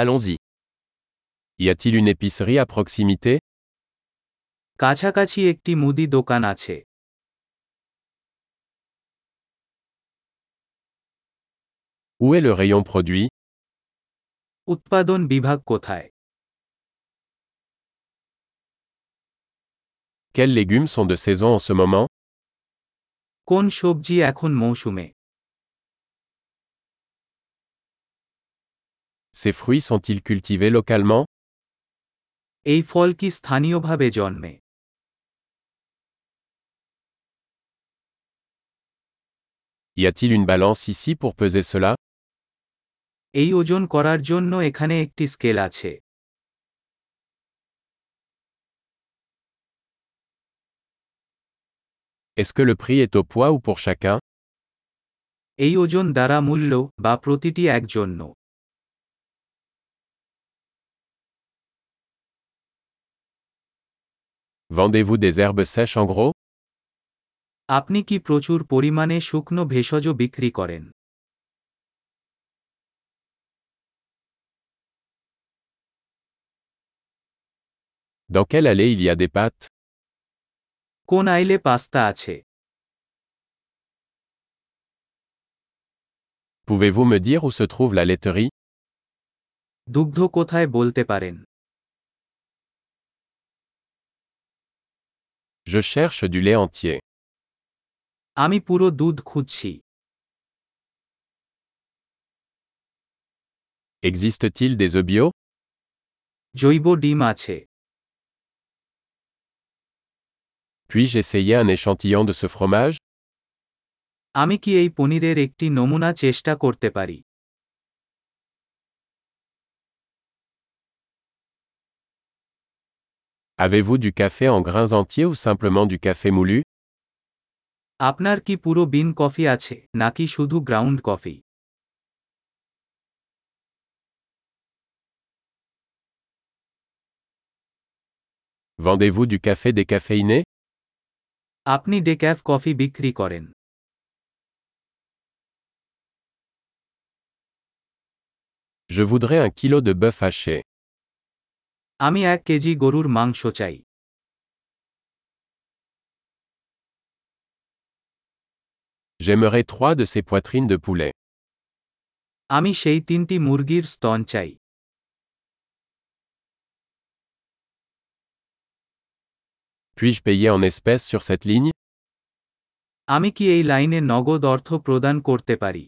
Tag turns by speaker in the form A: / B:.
A: Allons-y. Y a-t-il une épicerie à proximité
B: কাছাকাছি একটি মুদি দোকান আছে
A: Où est le rayon produit
B: উৎপাদন বিভাগ কোথায়
A: Quels légumes sont de saison en ce moment
B: কোন সবজি এখন মৌসুমে
A: Ces fruits sont-ils cultivés localement
B: এই ফল কি স্থানীয়ভাবে জন্মে
A: Y a-t-il une balance ici pour peser cela
B: এই ওজন করার জন্য এখানে একটি স্কেল আছে
A: Est-ce que le prix est au poids ou pour chacun
B: এই ওজন দ্বারা মূল্য বা প্রতিটি এক জন্য
A: Vendez-vous des herbes sèches en gros
B: আপনি কি প্রচুর পরিমাণে শুকনো ভেষজ বিক্রি করেন
A: Dans quelle allée il y a des pâtes
B: কোন আইলে পাস্তা আছে
A: Pouvez-vous me dire où se trouve la laiterie
B: দুগ্ধ কোথায় বলতে পারেন
A: Je cherche du lait entier.
B: আমি পুরো দুধ খুঁজছি
A: Existe-t-il des œufs bio
B: জৈব ডিম আছে
A: Puis-je essayer un échantillon de ce fromage
B: আমি কি এই পনিরের একটি নমুনা চেষ্টা করতে পারি
A: Avez-vous du café en grains entiers ou simplement du café moulu
B: আপনার কি পুরো বিন কফি আছে নাকি শুধু গ্রাউন্ড কফি
A: Vendez-vous du café décaféiné
B: আপনি ডেক্যাফ কফি বিক্রি করেন
A: Je voudrais un kilo de bœuf haché.
B: আমি এক কেজি গরুর মাংস চাই
A: J'aimerais trois de ces poitrines de poulet.
B: আমি সেই তিনটি মুরগির স্তন চাই
A: Puis-je payer en espèces sur cette ligne
B: আমি কি এই লাইনে নগদ অর্থ প্রদান করতে পারি